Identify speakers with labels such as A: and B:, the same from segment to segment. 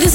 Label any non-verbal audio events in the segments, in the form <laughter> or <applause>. A: this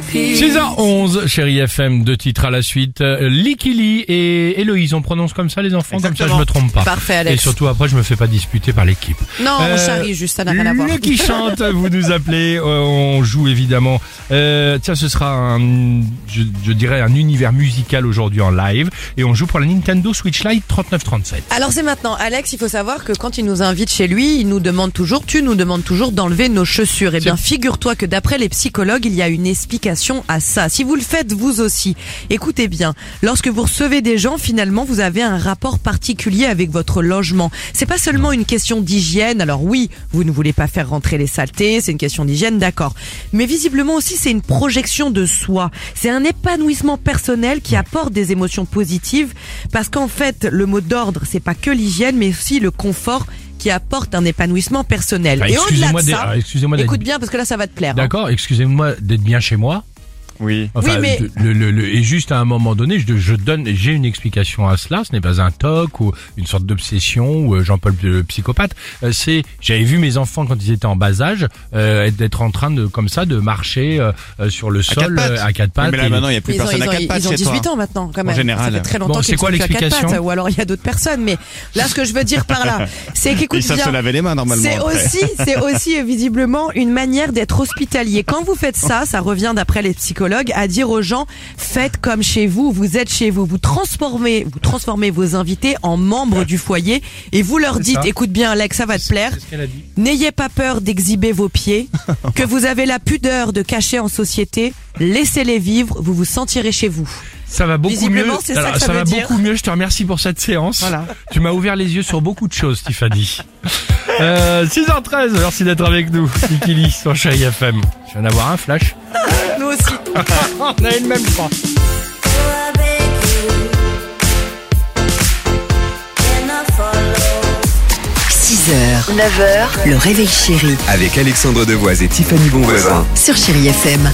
B: 6h11, chérie FM, deux titres à la suite. Euh, Likili et Héloïse, on prononce comme ça les enfants, comme ça je me trompe pas.
C: Parfait, Alex.
B: Et surtout après, je me fais pas disputer par l'équipe.
C: Non,
B: Euh,
C: on charrie juste, ça n'a rien à voir.
B: Le qui chante, vous nous appelez, euh, on joue évidemment. Euh, tiens, ce sera un, je, je dirais un univers musical aujourd'hui en live et on joue pour la Nintendo Switch Lite 3937.
C: Alors c'est maintenant, Alex, il faut savoir que quand il nous invite chez lui, il nous demande toujours, tu nous demandes toujours d'enlever nos chaussures. Eh bien, figure-toi que d'après les psychologues, il y a une explication à ça. Si vous le faites vous aussi, écoutez bien, lorsque vous recevez des gens, finalement, vous avez un rapport particulier avec votre logement. C'est pas seulement une question d'hygiène, alors oui, vous ne voulez pas faire rentrer les saletés, c'est une question d'hygiène, d'accord. Mais visiblement aussi, c'est une projection de soi. C'est un épanouissement personnel qui apporte des émotions positives parce qu'en fait, le mot d'ordre, c'est pas que l'hygiène, mais aussi le confort qui apporte un épanouissement personnel.
B: Bah,
C: Et au-delà de
B: excusez-moi d'être-
C: ça,
B: ah, excusez-moi d'être-
C: écoute bien parce que là, ça va te plaire. hein.
B: D'accord, excusez-moi d'être bien chez moi.
D: Oui.
B: Enfin,
C: Oui, mais-
B: le, le- le- et juste à un moment donné, je, je donne, j'ai une explication à cela. Ce n'est pas un toc ou une sorte d'obsession ou euh, Jean-Paul le psychopathe. Euh, C'est, j'avais vu mes enfants quand ils étaient en bas âge euh, être- d'être en train de comme ça de marcher euh, euh, sur le sol
D: pattes.
B: euh, à quatre pattes.
D: mais là
B: et-
D: maintenant, il n'y a plus
C: Mais Ils ont,
D: personne
C: ils
D: à
C: ont-
D: quatre pattes
C: ils ont
D: chez
C: 18
D: toi.
C: ans maintenant, quand même.
D: général.
C: Ça fait très longtemps
B: Bon, c'est
C: qu'ils
B: quoi
C: sont plus à quatre
B: l'explication
C: pattes, Ou alors il y a d'autres personnes. Mais là, ce que je veux dire par
B: <laughs>
C: là, c'est
D: Ils
C: qu'écoute
D: savent se
C: bien,
D: laver les mains normalement.
C: C'est
D: après.
C: aussi, c'est aussi euh, visiblement une manière d'être hospitalier. Quand vous faites ça, ça revient d'après les psychologues à dire aux gens faites comme chez vous, vous êtes chez vous, vous transformez, vous transformez vos invités en membres du foyer et vous leur
B: C'est
C: dites
B: ça.
C: écoute bien Alex, ça va te plaire.
B: C'est ce qu'elle a dit.
C: N'ayez pas peur d'exhiber vos pieds, que vous avez la pudeur de cacher en société. Laissez-les vivre, vous vous sentirez chez vous.
B: Ça va beaucoup mieux.
C: Visiblement, c'est ça que ça
B: va
C: veut dire.
B: beaucoup mieux. Je te remercie pour cette séance. Tu m'as ouvert les yeux sur beaucoup de choses,
C: <laughs>
B: Tiffany. euh, 6h13. Merci d'être avec nous. Kikili sur Chérie FM. Je viens d'avoir un flash.
C: Nous aussi.
B: On a une même pas.
E: avec you. Can I follow?
F: 6h, 9h, le réveil chéri
G: Avec Alexandre Devoise et Tiffany Bonvoisin.
F: sur Chérie FM.